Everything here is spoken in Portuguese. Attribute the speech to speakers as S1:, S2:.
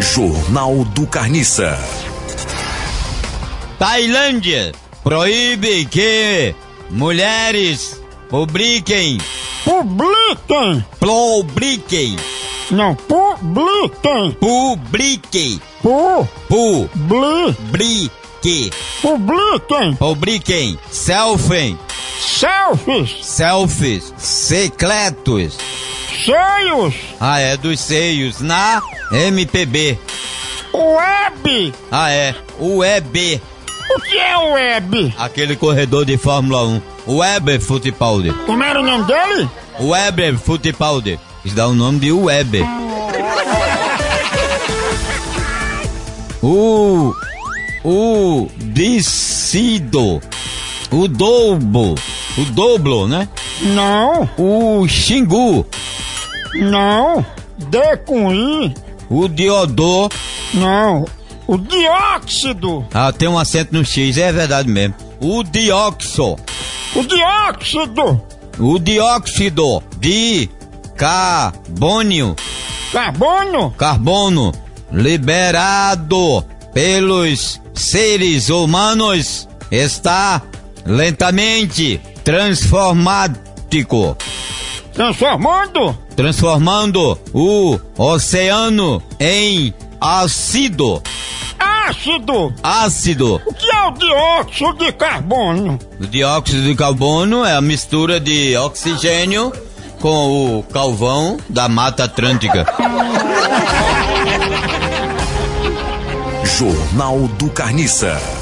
S1: Jornal do Carniça.
S2: Tailândia proíbe que mulheres publiquem,
S3: Publiquem!
S2: publiquem,
S3: Não, publiquem!
S2: publiquem,
S3: Pu,
S2: publiquem,
S3: bli, publiquem!
S2: publiquem, selfie,
S3: Selfies!
S2: selfies, secretos,
S3: Seios!
S2: ah é, dos seios, na MPB,
S3: Web!
S2: ah é, UEB,
S3: O que é web?
S2: aquele corredor de Fórmula 1, Weber Fittipaldi,
S3: Como era o nome dele?
S2: Weber Fittipaldi, isso dá o nome de Weber. O. O. Decido. O Doubo. O Doblo, né?
S3: Não,
S2: O Xingu.
S3: não, D com I,
S2: O Diodô.
S3: não, o dióxido,
S2: Ah, tem um acento no X, é verdade mesmo. O Dióxido.
S3: o dióxido,
S2: O Dióxido de carbônio.
S3: carbono,
S2: Carbono. Liberado pelos seres humanos. Está lentamente transformático.
S3: transformando,
S2: transformando o oceano em ácido.
S3: ácido,
S2: Ácido.
S3: o que é o dióxido de carbono?
S2: O dióxido de carbono é a mistura de oxigênio com o calvão da Mata Atlântica.
S1: Jornal do Carniça.